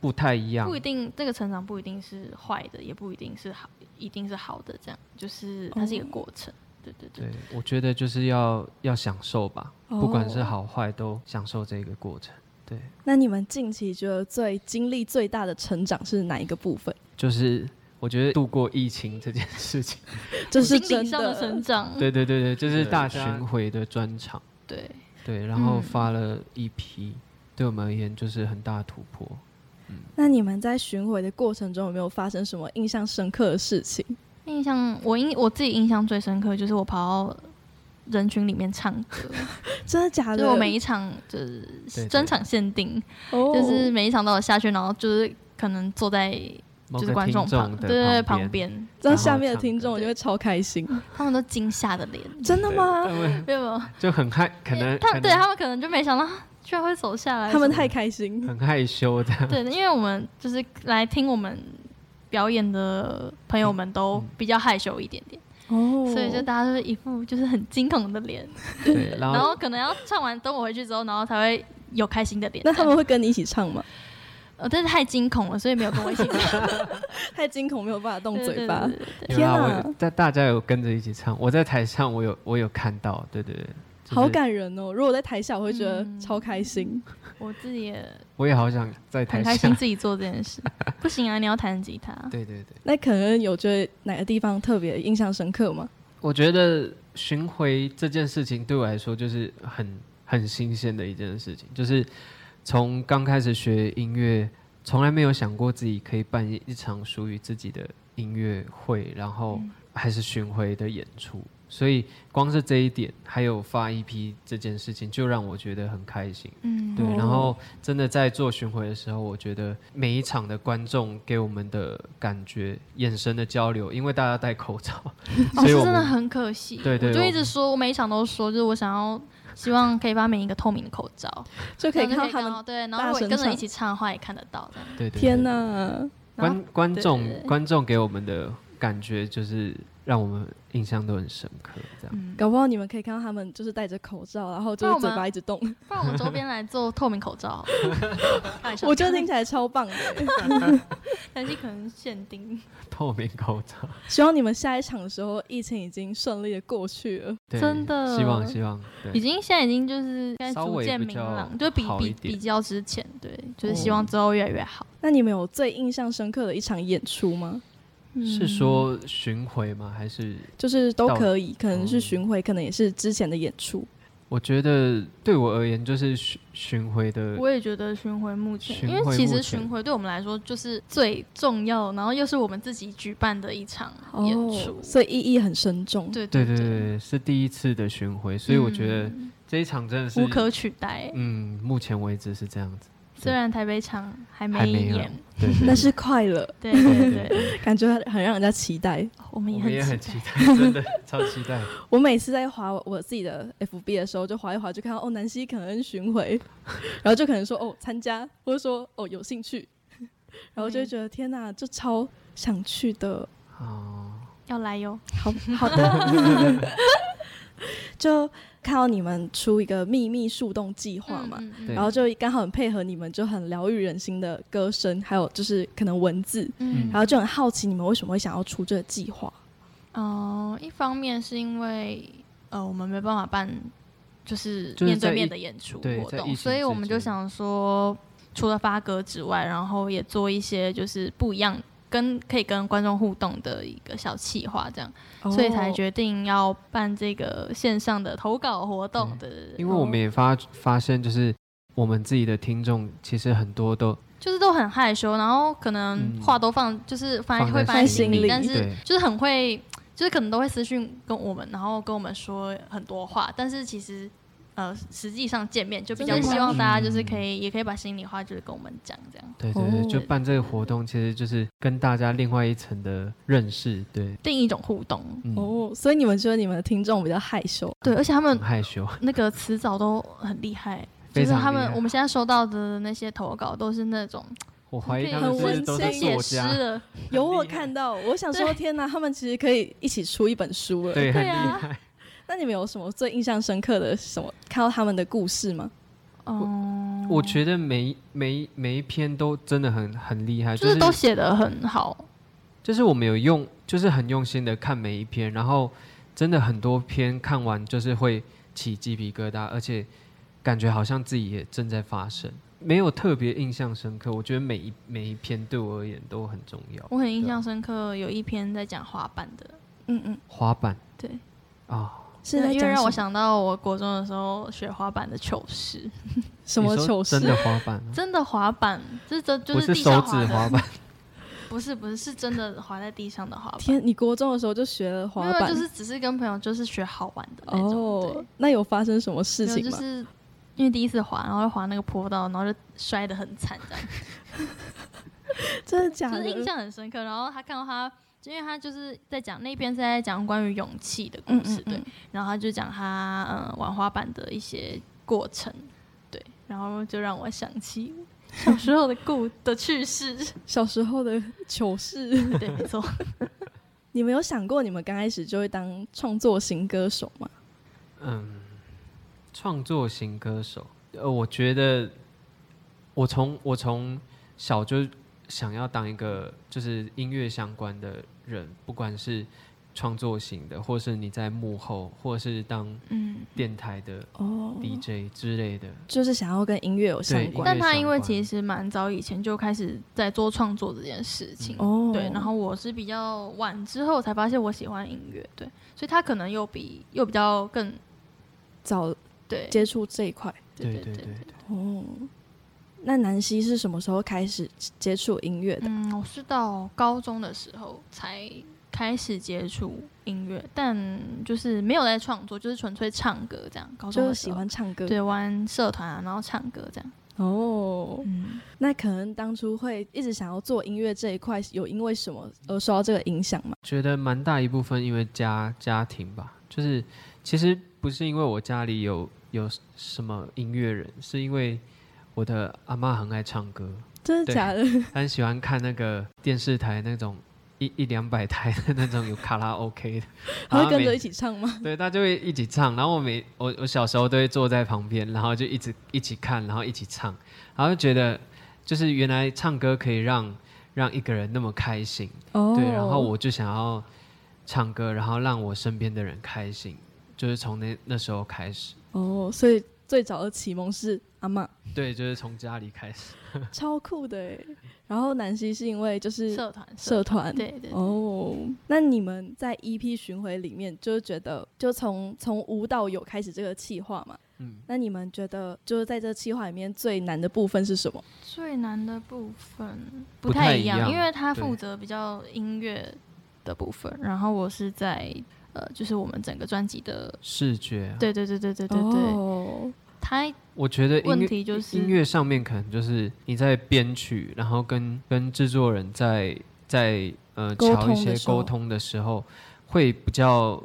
Speaker 2: 不太一样
Speaker 3: 不一。定，这个成长不一定是坏的，也不一定是好，一定是好的。这样就是它是一个过程。对对哦对
Speaker 2: 对，我觉得就是要要享受吧，不管是
Speaker 1: 哦
Speaker 2: 好坏都享受这个过程。对。
Speaker 1: 那你们近期觉得最经历最大的成长是哪一个部分？
Speaker 2: 就是我觉得度过疫情这件 事情，
Speaker 1: 这是
Speaker 3: 心
Speaker 1: 真
Speaker 3: 理上的成 长。
Speaker 2: 对对对对，就是
Speaker 4: 对
Speaker 2: 大
Speaker 4: 大家
Speaker 2: 巡回的专场，
Speaker 3: 对，
Speaker 2: 对，然后
Speaker 3: 嗯
Speaker 2: 发了一批，对我们而言就是很大的突破。
Speaker 1: 那你们在巡回的过程中有没有发生什么印象深刻的事情？
Speaker 3: 印象我印我自己印象最深刻就是我跑到人群里面唱歌，
Speaker 1: 真的假
Speaker 3: 就
Speaker 1: 的？
Speaker 3: 是我每一场就是
Speaker 2: 对对
Speaker 3: 专场限定，
Speaker 1: 哦
Speaker 3: 就是每一场都有下去，然后就是可能坐在
Speaker 2: 某
Speaker 3: 就是
Speaker 2: 个
Speaker 3: 观
Speaker 2: 听
Speaker 3: 众旁
Speaker 2: 众的
Speaker 3: 对对对
Speaker 2: 旁
Speaker 3: 旁，边，
Speaker 1: 让
Speaker 2: 然
Speaker 1: 下
Speaker 2: 后
Speaker 1: 面的
Speaker 2: 唱
Speaker 1: 听
Speaker 2: 歌
Speaker 1: 众就会超开心，
Speaker 3: 他们都惊吓的 脸，
Speaker 1: 真的吗？
Speaker 2: 他们
Speaker 3: 没有没有，
Speaker 2: 就很害，可能
Speaker 3: 他们
Speaker 2: 可能
Speaker 3: 对他们可能就没想到居然会走下来，
Speaker 1: 他们太开心，
Speaker 2: 很害羞的，
Speaker 3: 对，因为我们就是来听我们表演的朋友们
Speaker 2: 嗯
Speaker 3: 都比较害羞一点点，
Speaker 1: 哦
Speaker 3: 所以就大家都是一副就是很惊恐的脸，
Speaker 2: 对，然
Speaker 3: 然
Speaker 2: 后
Speaker 3: 后可能要唱完等我回去之后，然后才会有开心的脸。
Speaker 1: 那他们会跟你一起唱吗？
Speaker 3: 呃，但是太惊恐了，所以没有跟 我一起唱
Speaker 1: 太惊恐，没有办法动嘴巴。
Speaker 3: 对对对对
Speaker 2: 有啦
Speaker 1: 天
Speaker 2: 我
Speaker 1: 哪
Speaker 2: 有大大家有跟着一起唱，我在台上我有我有看到，对对对，就是
Speaker 1: 好感人哦！如果我在台下，我会觉得
Speaker 3: 嗯
Speaker 1: 超开心。
Speaker 3: 我自己也
Speaker 2: 我也好想在
Speaker 3: 很
Speaker 2: 台
Speaker 3: 开
Speaker 2: 下
Speaker 3: 心，自己做这件事。不行啊，你要弹吉他。
Speaker 2: 对对对。
Speaker 1: 那可能有觉得哪个地方特别印象深刻吗？
Speaker 2: 我觉得巡回这件事情对我来说就是很很新鲜的一件事情，就是从刚开始学音乐，从来没有想过自己可以办一一场属于自己的音乐会，然后
Speaker 3: 嗯
Speaker 2: 还是巡回的演出，所以光是这一点，还有发 EP 这件事情，就让我觉得很开心。
Speaker 3: 嗯，
Speaker 2: 对
Speaker 1: 哦，
Speaker 2: 然后真的在做巡回的时候，我觉得每一场的观众给我们的感觉、眼神的交流，因为大家戴口罩，
Speaker 3: 老
Speaker 2: 所以
Speaker 3: 师
Speaker 2: 我
Speaker 3: 真的
Speaker 2: 们
Speaker 3: 很可惜。
Speaker 2: 对对
Speaker 3: 我就
Speaker 2: 我
Speaker 3: 一直说，我每一场都说，就是我想要希望可以发明一个透明的口罩，
Speaker 1: 就可以看
Speaker 3: 然后
Speaker 1: 到
Speaker 3: 就可
Speaker 1: 他
Speaker 3: 以看
Speaker 1: 们。
Speaker 3: 到对，然
Speaker 1: 大
Speaker 3: 后如果
Speaker 1: 声
Speaker 3: 跟着一
Speaker 1: 唱
Speaker 3: 起唱的话，也看得到这样。
Speaker 2: 对对
Speaker 1: 天
Speaker 2: 对
Speaker 1: 哪！
Speaker 3: 然
Speaker 2: 观
Speaker 3: 后
Speaker 2: 观众
Speaker 3: 对
Speaker 2: 观众给我们的感觉就是让我们印象都很深刻，这
Speaker 3: 嗯
Speaker 2: 样。
Speaker 1: 搞不好你们可以看到他们就是戴着口罩，然后就是嘴巴一直动，
Speaker 3: 不然我们周边来做透明口罩好 了，开玩笑
Speaker 1: 我觉 得听起来超棒的。
Speaker 3: 但是可能限定。
Speaker 2: 透明口罩，
Speaker 1: 希望你们下一场的时候，疫情已经顺利的过去了。
Speaker 2: 对
Speaker 3: 真的
Speaker 2: 希望希望，
Speaker 3: 已
Speaker 2: 对
Speaker 3: 经现在已经就是应该
Speaker 2: 稍
Speaker 3: 逐
Speaker 2: 微
Speaker 3: 渐
Speaker 2: 比
Speaker 3: 明
Speaker 2: 较
Speaker 3: 朗，就比
Speaker 2: 好
Speaker 3: 比
Speaker 2: 一点哦
Speaker 3: 比较之前，对，就是希望之后越来越好。
Speaker 1: 那你们有最印象深刻的一场演出吗？
Speaker 3: 嗯
Speaker 2: 是说巡回吗？还是
Speaker 1: 就是都可以，可能是
Speaker 2: 哦
Speaker 1: 巡回，可能也是之前的演出。
Speaker 2: 我觉得对我而言就是巡巡回的
Speaker 3: 我也觉得巡回目前，
Speaker 2: 巡
Speaker 3: 因
Speaker 2: 回
Speaker 3: 为其
Speaker 2: 目
Speaker 3: 实
Speaker 2: 前
Speaker 3: 巡回对我们来说就是最重要，然后又是我们自己举办的一场演出，
Speaker 1: 所以意义很深重。
Speaker 3: 哦对
Speaker 2: 对
Speaker 3: 对
Speaker 2: 对对，对是第一次的巡回，所以我觉得
Speaker 3: 嗯
Speaker 2: 这一场真的是
Speaker 3: 无可取代。
Speaker 2: 嗯，目前为止是这样 子，
Speaker 3: 虽然台北场还
Speaker 2: 还
Speaker 3: 没
Speaker 2: 没有
Speaker 3: 演，
Speaker 2: 对对
Speaker 1: 那是快乐，
Speaker 3: 对
Speaker 2: 对
Speaker 3: 对
Speaker 2: 对
Speaker 3: 对，
Speaker 1: 感觉很让人家期待。
Speaker 3: 我们
Speaker 2: 我
Speaker 3: 也
Speaker 2: 们也
Speaker 3: 很
Speaker 2: 很
Speaker 3: 期
Speaker 2: 期
Speaker 3: 待。
Speaker 2: 待，真的超期待。
Speaker 1: 我每次在滑我自己的 FB 的时候，就滑一滑，就看到哦，南希可能巡回，然后就可能说哦参加，或者说哦有兴趣，然后
Speaker 3: 嗯
Speaker 1: 就会觉得天哪，就超想去的。
Speaker 2: 哦，
Speaker 3: 要来哟，
Speaker 1: 好好的，就看到你们出一个秘密树洞计划嘛，
Speaker 3: 嗯嗯
Speaker 2: 对
Speaker 1: 然后就刚好很配合你们，就很疗愈人心的歌声，还有就是可能文字，
Speaker 3: 嗯
Speaker 1: 然后就很好奇你们为什么会想要出这个计划。
Speaker 3: 哦、一方面是因为呃，我们没办法办就是
Speaker 2: 就是
Speaker 3: 面对
Speaker 2: 在
Speaker 3: 面
Speaker 2: 疫
Speaker 3: 的演出
Speaker 2: 对
Speaker 3: 活
Speaker 2: 在
Speaker 3: 动，
Speaker 2: 疫
Speaker 3: 所
Speaker 2: 情
Speaker 3: 以
Speaker 2: 之
Speaker 3: 我们就
Speaker 2: 间
Speaker 3: 想说，除了发歌之外，然后也做一些就是不一样跟可以跟观众互动的一个小企划这样，哦所以才
Speaker 2: 哦
Speaker 1: 得
Speaker 3: 决定要办这个线上的投稿活
Speaker 2: 嗯
Speaker 3: 动。对对对，
Speaker 2: 因为我们也发发现，就是我们自己的听众其实很多都
Speaker 3: 就是都很害羞，然后可能
Speaker 2: 嗯
Speaker 3: 话都放，就是放
Speaker 2: 放
Speaker 3: 会
Speaker 2: 在
Speaker 3: 放在
Speaker 1: 心
Speaker 3: 里，
Speaker 1: 里
Speaker 3: 但是
Speaker 2: 对
Speaker 3: 就是很会，就是可能都会私讯跟我们，然后跟我们说很多话，但是其实。呃，实际上见面就比较
Speaker 1: 真的吗
Speaker 3: 希望大家就是可
Speaker 2: 嗯
Speaker 3: 以，也可以把心里话就是跟我们讲这样。
Speaker 2: 对对对，就
Speaker 1: 哦
Speaker 2: 办这个活动，其实就是跟大家另外一层的认识，对，
Speaker 3: 另一种互动。
Speaker 2: 嗯，
Speaker 1: 哦，所以你们觉得你们的听众比较害羞？
Speaker 3: 对，而且他们
Speaker 2: 很害羞，
Speaker 3: 那个词藻都很厉害，就
Speaker 2: 非
Speaker 3: 是
Speaker 2: 常
Speaker 3: 他
Speaker 2: 厉
Speaker 3: 们
Speaker 2: 害
Speaker 3: 我们现在收到的那些投稿都是那种
Speaker 2: 我怀疑他
Speaker 1: 很
Speaker 2: 们是不是
Speaker 1: 温
Speaker 2: 都
Speaker 1: 馨
Speaker 2: 是
Speaker 3: 写
Speaker 2: 作
Speaker 3: 诗
Speaker 2: 家，
Speaker 3: 的，
Speaker 1: 有我
Speaker 2: 厉害
Speaker 1: 看到，我想说
Speaker 3: 对
Speaker 1: 天哪，他们其实可以一起出一本书了。
Speaker 2: 对，
Speaker 3: 对
Speaker 2: 很厉
Speaker 3: 啊
Speaker 2: 害。
Speaker 1: 那你们有什么最印象深刻的什么？看到他们的故事吗？
Speaker 3: 嗯，
Speaker 2: 我觉得每一每一每一篇都真的很很厉害，
Speaker 3: 就
Speaker 2: 就是是
Speaker 3: 都写的很好，
Speaker 2: 就是我们有用，就是很用心的看每一篇，然后真的很多篇看完就是会起鸡皮疙瘩，而且感觉好像自己也正在发生，没有特别印象深刻。我觉得每一每一篇对我而言都很重要。
Speaker 3: 我很印象深刻，有一篇在讲滑板的，
Speaker 1: 嗯嗯，
Speaker 2: 滑板
Speaker 3: 对，
Speaker 2: 啊，
Speaker 1: 是在
Speaker 3: 因为
Speaker 1: 讲
Speaker 3: 让我
Speaker 1: 什么
Speaker 3: 想到我国中的时候学滑板的糗事，
Speaker 2: 嗯
Speaker 1: 什么
Speaker 2: 你说
Speaker 1: 糗事
Speaker 2: 真？的滑板啊，
Speaker 3: 真的滑板，这这 就
Speaker 2: 不
Speaker 3: 是
Speaker 2: 是
Speaker 3: 地
Speaker 2: 手
Speaker 3: 上
Speaker 2: 指
Speaker 3: 的
Speaker 2: 滑，板，
Speaker 3: 不是不是是真的滑在地上的滑板，
Speaker 1: 天，你国中的时候就学了滑
Speaker 3: 没有
Speaker 1: 板，
Speaker 3: 就是只是跟朋友就是学好玩的那种，
Speaker 1: 哦
Speaker 3: 对，
Speaker 1: 那有发生什么事
Speaker 3: 没有
Speaker 1: 情
Speaker 3: 就
Speaker 1: 吗？
Speaker 3: 是因为第一次滑，然后滑那个坡道，然后就摔得很惨， 这
Speaker 1: 真
Speaker 3: 样，
Speaker 1: 的假
Speaker 3: 就
Speaker 1: 的？
Speaker 3: 是印象很深刻。然后他看到他，因为他就是在讲那篇是在讲关于勇气的故
Speaker 1: 嗯
Speaker 3: 事，
Speaker 1: 嗯
Speaker 3: 对
Speaker 1: 嗯，，
Speaker 3: 然后他就讲他嗯玩滑板的一些过程，对，然后就让我想 起小时候的故的趣事，
Speaker 1: 小时候的糗事。
Speaker 3: 对，没错。
Speaker 1: 你们有想过你们刚开始就会当创作型歌手吗？
Speaker 2: 嗯，创作型歌手，呃，我觉得我从我从小就想要当一个就是音乐相关的人，不管是创作型的，或是你在幕后，或是当
Speaker 3: 嗯，
Speaker 2: 电台的
Speaker 1: 哦，
Speaker 2: DJ 之类的。
Speaker 1: 就是想要跟音乐有相
Speaker 2: 对
Speaker 1: 关
Speaker 3: 但他因为
Speaker 2: 相关
Speaker 3: 其实蛮早以前就开始在做创作这件事情，
Speaker 1: 哦。
Speaker 3: 对，然后我是比较晚之后才发现我喜欢音乐，对，所以他可能又比又比较更
Speaker 1: 早
Speaker 3: 对
Speaker 1: 接触这一块
Speaker 3: 对
Speaker 2: 对
Speaker 3: 对
Speaker 2: 对，
Speaker 1: 哦。那南希是什么时候开始接触音乐的？
Speaker 3: 嗯，我是到高中的时候才开始接触音乐，但就是没有在创作，就是纯粹唱歌这样。高中
Speaker 1: 就
Speaker 3: 的
Speaker 1: 是
Speaker 3: 时
Speaker 1: 喜
Speaker 3: 候
Speaker 1: 欢唱歌
Speaker 3: 对玩社团啊，然后唱歌这样。
Speaker 1: 哦。
Speaker 3: 嗯，
Speaker 1: 那可能当初会一直想要做音乐这一块，有因为什么而受到这个影响吗？
Speaker 2: 觉得蛮大一部分因为家家庭吧，就是其实不是因为我家里有有什么音乐人，是因为我的阿妈很爱唱歌，
Speaker 1: 真的
Speaker 2: 对
Speaker 1: 假的？
Speaker 2: 他很喜欢看那个电视台那种一一两百台的那种有卡拉 OK 的，
Speaker 1: 还
Speaker 2: 然
Speaker 1: 会
Speaker 2: 后
Speaker 1: 跟
Speaker 2: 每
Speaker 1: 着一起唱吗？
Speaker 2: 对，他就会一起唱。然后我每我我小时候都会坐在旁边，然后就一直一起看，然后一起唱，然后就觉得就是原来唱歌可以让让一个人那么开心，
Speaker 1: 哦
Speaker 2: 对，然后我就想要唱歌，然后让我身边的人开心，就是从那那时候开始，
Speaker 1: 哦，所以最早的启蒙是阿嬷，
Speaker 2: 对，就是从家里开始。
Speaker 1: 超酷的哎。然后南希是因为就是
Speaker 3: 社团
Speaker 1: 社
Speaker 3: 社
Speaker 1: 团，
Speaker 3: 对对
Speaker 1: 哦。那你们在 EP 巡回里面，就是觉得就从从无到有开始这个企划嘛？
Speaker 2: 嗯，
Speaker 1: 那你们觉得就是在这个企划里面最难的部分是什么？
Speaker 3: 最难的部分
Speaker 2: 不
Speaker 3: 不太
Speaker 2: 太
Speaker 3: 一
Speaker 2: 一样
Speaker 3: 因为他负
Speaker 2: 对
Speaker 3: 责比较音乐的部分，然后我是在呃，就是我们整个专辑的，
Speaker 2: 视觉啊、
Speaker 3: 对对对对对对对，
Speaker 1: 哦
Speaker 3: 他
Speaker 2: 我觉得音乐
Speaker 3: 问题就是
Speaker 2: 音乐上面可能就是你在编曲，然后跟跟制作人在在呃
Speaker 1: 沟通
Speaker 2: 瞧
Speaker 1: 的
Speaker 2: 一些
Speaker 1: 时候
Speaker 2: 沟通的时候，会比较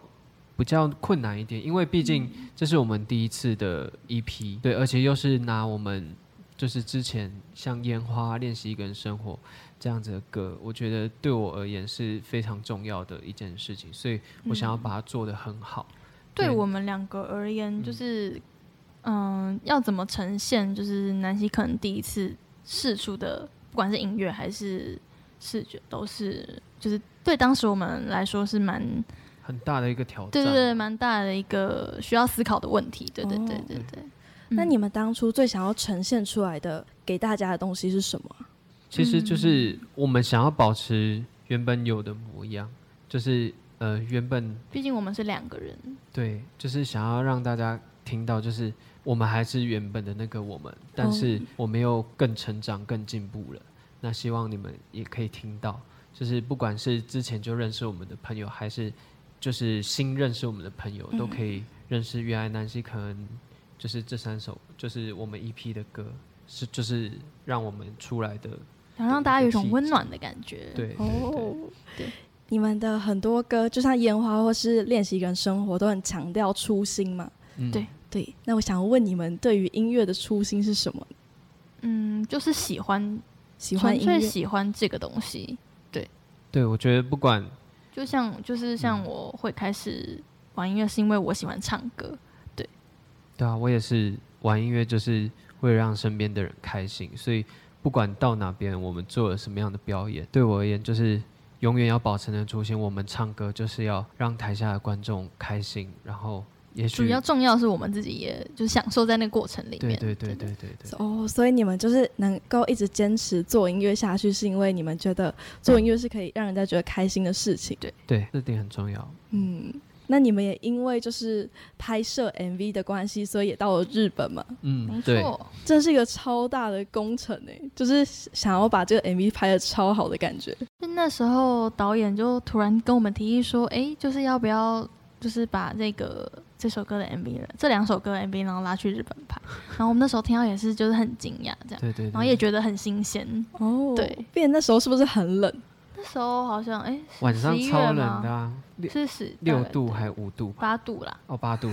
Speaker 2: 比较困难一点，因为毕竟这是我们第一次的 EP，、对，而且又是拿我们就是之前像《烟花》《练习一个人生活》这样子的歌，我觉得对我而言是非常重要的一件事情，所以我想要把它做得很好。
Speaker 3: 对
Speaker 2: 对
Speaker 3: 我们两个而言，就是嗯、要怎么呈现，就是南希可能第一次试出的，不管是音乐还是视觉，都是就是对当时我们来说是蛮
Speaker 2: 很大的一个挑战，
Speaker 3: 对对对蛮大的一个需要思考的问题，对对对
Speaker 1: 哦
Speaker 3: 对对。
Speaker 1: 那
Speaker 3: 嗯
Speaker 1: 你们当初最想要呈现出来的给大家的东西是什么啊？
Speaker 2: 其实就是我们想要保持原本有的模样，就是呃原本
Speaker 3: 毕竟我们是两个人，
Speaker 2: 对，就是想要让大家听到，就是我们还是原本的那个我们，但是我们又更成长、更进步了。那希望你们也可以听到，就是不管是之前就认识我们的朋友，还是就是新认识我们的朋友，都可以认识原来南希可能就是这三首，就是我们 EP 的歌，是就是让我们出来的。
Speaker 3: 想让大家有一种温暖的感觉。
Speaker 2: 对，对
Speaker 1: 哦
Speaker 2: 对，
Speaker 3: 对
Speaker 1: 你们的很多歌，就像《烟花》或是《练习跟生活》，都很强调初心嘛。
Speaker 2: 嗯
Speaker 3: 对
Speaker 1: 对，那我想问你们对于音乐的初心是什么？
Speaker 3: 嗯，就是喜欢，
Speaker 1: 喜欢
Speaker 3: 纯
Speaker 1: 音
Speaker 3: 粹
Speaker 1: 乐，
Speaker 3: 喜欢这个东西。
Speaker 2: 对，我觉得不管
Speaker 3: 就像就是像我会开始玩音乐，是因为我喜欢唱歌。嗯
Speaker 2: 对啊，我也是玩音乐，就是为了让身边的人开心，所以不管到哪边，我们做了什么样的表演，对我而言就是永远要保持的初心。我们唱歌就是要让台下的观众开心，然后也许
Speaker 3: 主要重要是我们自己也就享受在那个过程里
Speaker 2: 对
Speaker 3: 面。
Speaker 2: 对对
Speaker 3: 真的
Speaker 2: 对对对，
Speaker 1: 哦，所以你们就是能够一直坚持做音乐下去，是因为你们觉得做音乐是可以让人家觉得开心的事情。
Speaker 2: 对这点很重要。
Speaker 1: 嗯，那你们也因为就是拍摄 MV 的关系，所以也到了日本嘛，
Speaker 2: 嗯，
Speaker 3: 没
Speaker 2: 对，
Speaker 3: 错，
Speaker 1: 这是一个超大的工程哎、就是想要把这个 MV 拍的超好的感觉。
Speaker 3: 就那时候导演就突然跟我们提议说，哎，就是要不要就是把这个这首歌的 MV 了，这两首歌的 MV，然后拉去日本拍。然后我们那时候听到也是就是很惊讶这样，
Speaker 2: 对对对，
Speaker 3: 然后也觉得很新鲜。
Speaker 1: 哦
Speaker 3: 对，
Speaker 1: 变那时候是不是很冷？
Speaker 3: 那时候好像哎，
Speaker 2: 晚上
Speaker 3: 11月
Speaker 2: 超冷
Speaker 3: 吗
Speaker 2: 的、啊， 六
Speaker 3: 是十
Speaker 2: 六度还五度吧，
Speaker 3: 八度啦。
Speaker 2: 哦 八度，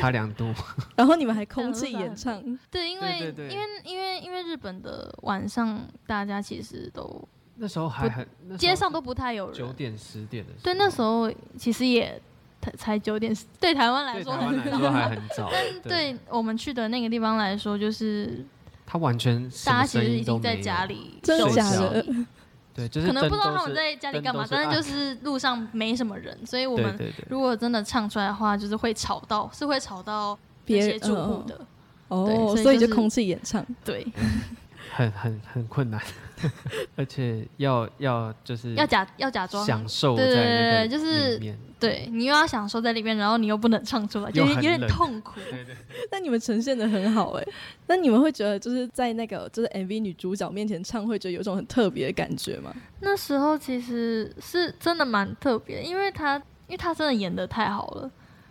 Speaker 2: 差两度。
Speaker 1: 然后你们还空气演唱，
Speaker 3: 对，因为
Speaker 2: 对对对
Speaker 3: 因为因为因为日本的晚上大家其实都
Speaker 2: 那时候还很那时候
Speaker 3: 街上都不太有
Speaker 2: 九
Speaker 3: 人，
Speaker 2: 点十点的时候，
Speaker 3: 对，那时候其实也才才九点，对台湾来
Speaker 2: 对
Speaker 3: 说
Speaker 2: 台湾
Speaker 3: 很
Speaker 2: 来
Speaker 3: 早
Speaker 2: 说还很早，
Speaker 3: 对我们去的那个地方来说，就是
Speaker 2: 他完全什
Speaker 3: 大
Speaker 2: 么
Speaker 3: 家其
Speaker 2: 声
Speaker 3: 实
Speaker 2: 音
Speaker 3: 已
Speaker 2: 都
Speaker 3: 经
Speaker 2: 没有
Speaker 3: 在家，里
Speaker 1: 真
Speaker 3: 休
Speaker 1: 的
Speaker 3: 息
Speaker 1: 假
Speaker 2: 睡
Speaker 1: 的？
Speaker 2: 对，就是
Speaker 3: 可能不
Speaker 2: 灯
Speaker 3: 知道
Speaker 2: 都
Speaker 3: 他
Speaker 2: 是
Speaker 3: 们在家里
Speaker 2: 灯
Speaker 3: 干
Speaker 2: 都
Speaker 3: 嘛，
Speaker 2: 是
Speaker 3: 但
Speaker 2: 暗
Speaker 3: 是就是路上没什么人，所以我
Speaker 2: 对
Speaker 3: 们
Speaker 2: 对对，
Speaker 3: 如果真的唱出来的话，就是会吵到，是会吵到
Speaker 1: 别
Speaker 3: 那
Speaker 1: 人
Speaker 3: 些住户的。对
Speaker 1: 哦
Speaker 3: 所以，就是
Speaker 1: 所以就空气演唱。
Speaker 3: 对，
Speaker 2: 嗯很很很困难， 而且要要就是
Speaker 3: 要假要假装
Speaker 2: 享受在
Speaker 3: 对对
Speaker 2: 那个
Speaker 3: 对对就是
Speaker 2: 里面
Speaker 3: 对你又要享受在里面，然后你又不能唱出来，就
Speaker 2: 又
Speaker 3: 有
Speaker 2: 很
Speaker 3: 点
Speaker 2: 冷
Speaker 3: 痛苦。
Speaker 1: 那你们呈现的很好哎、那你们会觉得就是在那个就是 MV 女主角面前唱，会觉得有一种很特别的感觉吗？
Speaker 3: 那时候其实是真的蛮特别，因为他因为他真的演的太好了。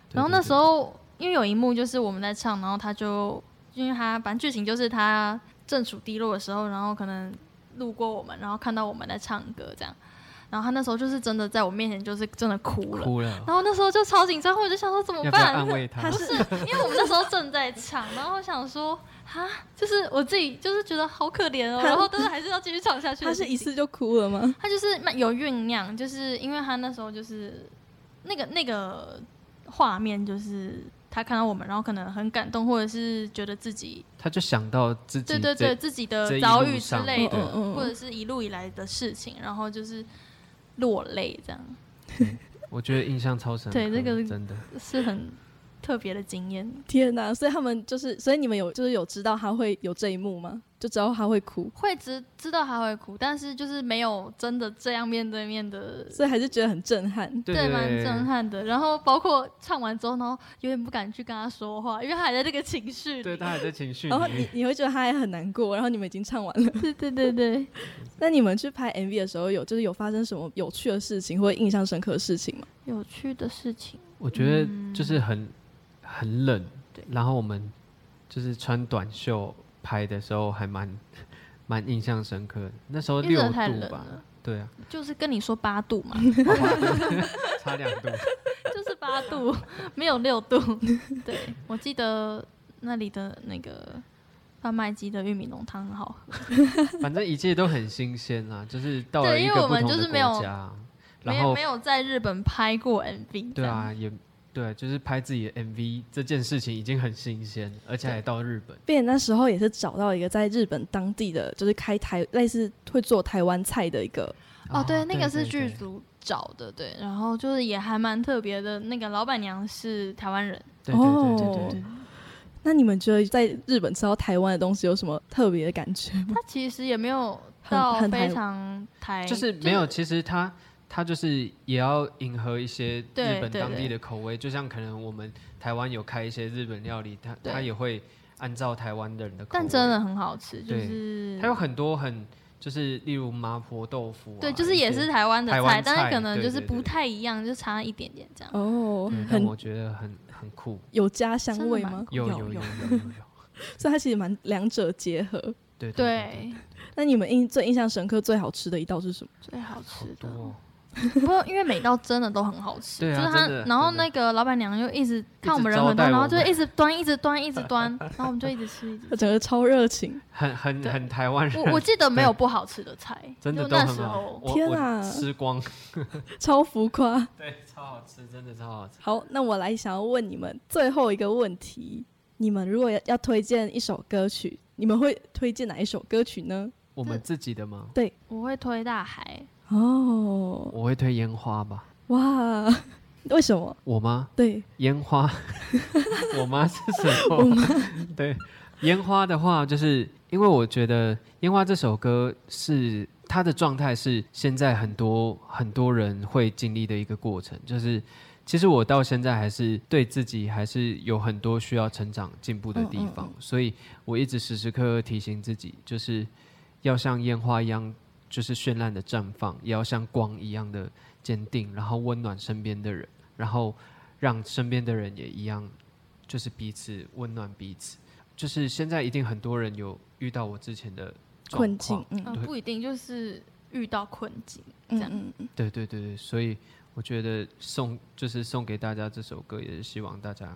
Speaker 2: 对
Speaker 3: 然后
Speaker 2: 对
Speaker 3: 那
Speaker 2: 对
Speaker 3: 时候因为有一幕就是我们在唱，然后他就因为他反正剧情就是他正处低落的时候，然后可能路过我们，然后看到我们在唱歌这样，然后他那时候就是真的在我面前就是真的哭了。
Speaker 2: 哭了，
Speaker 3: 然后那时候就超紧张，我就想说怎么
Speaker 2: 要不要
Speaker 3: 办
Speaker 2: 安？慰 他？
Speaker 3: 是因为我们那时候正在唱，然后我想说，哈，就是我自己就是觉得好可怜哦，
Speaker 1: 他
Speaker 3: 然后但是还是要继续唱下去
Speaker 1: 她
Speaker 3: 的
Speaker 1: 是
Speaker 3: 心情。
Speaker 1: 一次就哭了吗？
Speaker 3: 他就是慢有酝酿，就是因为他那时候就是那个那个画面，就是他看到我们，然后可能很感动，或者是觉得自己
Speaker 2: 他就想到自己
Speaker 3: 对对对
Speaker 2: 这
Speaker 3: 自己
Speaker 2: 这
Speaker 3: 的
Speaker 2: 一
Speaker 3: 遭
Speaker 2: 路
Speaker 3: 遇之
Speaker 2: 上
Speaker 3: 类
Speaker 2: 对
Speaker 3: 的，
Speaker 1: 嗯嗯
Speaker 3: 或者是一路以来的事情，然后就是落泪，这样
Speaker 2: 我觉得印象超深刻，
Speaker 3: 对这个
Speaker 2: 真的
Speaker 3: 是很特别的经验。
Speaker 1: 天哪！所以他们就是，所以你们有就是有知道她会有这一幕吗？就知道她会哭，
Speaker 3: 会知知道他会哭，但是就是没有真的这样面对面的
Speaker 1: 所以还是觉得很震撼。
Speaker 2: 对
Speaker 3: 对，蛮震。撼的。然后包括唱完之后，然后有点不敢去跟他说话，因为他还在这个情绪里。
Speaker 2: 对他还在情绪里
Speaker 1: 然后你
Speaker 2: 面，
Speaker 1: 你会觉得她也很难过，然后你们已经唱 完了。
Speaker 3: 对对对对，
Speaker 1: 那你们去拍 MV 的时候有，就是有发生什么有趣的事情或者印象深刻的事情吗？
Speaker 3: 有趣的事情。
Speaker 2: 我觉得就是很很冷
Speaker 3: 嗯对，
Speaker 2: 然后我们就是穿短袖拍的时候还蛮 蛮印象深刻的，那时候
Speaker 3: 因为
Speaker 2: 六
Speaker 3: 真的太
Speaker 2: 度
Speaker 3: 冷
Speaker 2: 吧
Speaker 3: 了，
Speaker 2: 对啊，
Speaker 3: 就是跟你说八度嘛，
Speaker 2: 差两度。
Speaker 3: 就是八度，没有六 度。对，我记得那里的那个贩卖机的玉米浓汤很好喝，
Speaker 2: 反正一切都很新鲜啊，就是到了
Speaker 3: 对
Speaker 2: 一
Speaker 3: 因
Speaker 2: 个
Speaker 3: 为
Speaker 2: 不
Speaker 3: 我们
Speaker 2: 同的
Speaker 3: 就是
Speaker 2: 国
Speaker 3: 没有
Speaker 2: 家，
Speaker 3: 没
Speaker 2: 然
Speaker 3: 有
Speaker 2: 后
Speaker 3: 没有在日本拍过 MV。
Speaker 2: 对啊，，也对，就是拍自己的 MV 这件事情已经很新鲜，而且还到日本。
Speaker 1: 并且那时候也是找到一个在日本当地的，就是开台类似会做台湾菜的一个，
Speaker 3: 哦，对，那个是剧
Speaker 2: 组，
Speaker 3: 组找的，对，然后就是也还蛮特别的。那个老板娘是台湾人，
Speaker 2: 对对对对
Speaker 1: 哦
Speaker 2: 对对，
Speaker 1: 那你们觉得在日本吃到台湾的东西有什么特别的感觉吗？
Speaker 3: 它其实也没有
Speaker 1: 很
Speaker 3: 到
Speaker 1: 很
Speaker 3: 非
Speaker 1: 台
Speaker 3: 常台，
Speaker 2: 就是没有，其实它它就是也要迎合一些日
Speaker 3: 对
Speaker 2: 本
Speaker 3: 对
Speaker 2: 当地
Speaker 3: 对
Speaker 2: 的口味，就像可能我们台湾有开一些日本料理，它
Speaker 3: 对
Speaker 2: 它也会按照台湾的人的口味。
Speaker 3: 但真的很好吃，就
Speaker 2: 对
Speaker 3: 是
Speaker 2: 它有很多很就是例如麻婆豆腐、啊，
Speaker 3: 对，就是也是
Speaker 2: 一些
Speaker 3: 台湾的
Speaker 2: 台湾
Speaker 3: 菜，但是
Speaker 2: 菜
Speaker 3: 可能
Speaker 2: 对
Speaker 3: 就是
Speaker 2: 对
Speaker 3: 不
Speaker 2: 对
Speaker 3: 太一样，就差一点点这样。
Speaker 1: 哦
Speaker 2: 对，但
Speaker 1: 很
Speaker 2: 嗯我觉得很很酷，
Speaker 1: 有家乡
Speaker 3: 真的
Speaker 1: 味
Speaker 3: 蛮
Speaker 1: 吗？
Speaker 2: 有
Speaker 3: 有
Speaker 2: 有有
Speaker 3: 有
Speaker 2: 有有有，
Speaker 1: 所以它其实蛮两者结合。
Speaker 2: 对对，
Speaker 3: 对，
Speaker 1: 那你们印最印象深刻、最好吃的一道是什 么？
Speaker 3: 最好
Speaker 2: 好
Speaker 3: 吃的
Speaker 2: 多，哦
Speaker 3: 不过因为每道真的都很好吃，
Speaker 2: 对啊
Speaker 3: 就是它
Speaker 2: 真的，
Speaker 3: 然后
Speaker 2: 真的
Speaker 3: 那个老板娘又一直看我们人
Speaker 2: 招
Speaker 3: 很多，
Speaker 2: 待
Speaker 3: 然后
Speaker 2: 我
Speaker 3: 就
Speaker 2: 们
Speaker 3: 一直端，一直端，一直 端，然后我们就一直吃，一直
Speaker 1: 我
Speaker 3: 吃。
Speaker 1: 整个超热情，
Speaker 2: 很很
Speaker 3: 对
Speaker 2: 很台湾人，
Speaker 3: 我我记得没有不好吃的菜，
Speaker 2: 真的
Speaker 3: 就
Speaker 2: 都
Speaker 3: 那
Speaker 2: 很
Speaker 3: 时
Speaker 2: 好，
Speaker 3: 候
Speaker 2: 我
Speaker 1: 天
Speaker 2: 我
Speaker 1: 啊
Speaker 2: 吃光，
Speaker 1: 超浮夸。
Speaker 2: 对，超好吃，真的超好吃。
Speaker 1: 好，那我来想要问你们最后一个问题：你们如果要要推荐一首歌曲，你们会推荐哪一首歌曲呢？
Speaker 2: 我们自己的吗？
Speaker 3: 我会推大海，
Speaker 1: 哦，
Speaker 2: 我会推烟花吧，
Speaker 1: 哇，为什么？
Speaker 2: 我吗？
Speaker 1: 对，
Speaker 2: 烟花， 我妈是什么？对，烟花的话，就是因为我觉得《烟花》这首歌是它的状态是现在很多很多人会经历的一个过程，就是其实我到现在还是对自己还是有很多需要成长进步的地方，所以我一直时时刻刻提醒自己，就是要像烟花一样，就是绚烂的绽放，也要像光一样的坚定，然后温暖身边的人，然后让身边的人也一样，就是彼此温暖彼此。就是现在一定很多人有遇到我之前的状
Speaker 1: 困境
Speaker 2: 况，，
Speaker 3: 呃
Speaker 1: 嗯
Speaker 2: 对
Speaker 3: 不一定就是遇到困境这
Speaker 1: 嗯
Speaker 3: 样。
Speaker 1: 嗯嗯，
Speaker 2: 对对对对，所以我觉得送就是送给大家这首歌，也是希望大家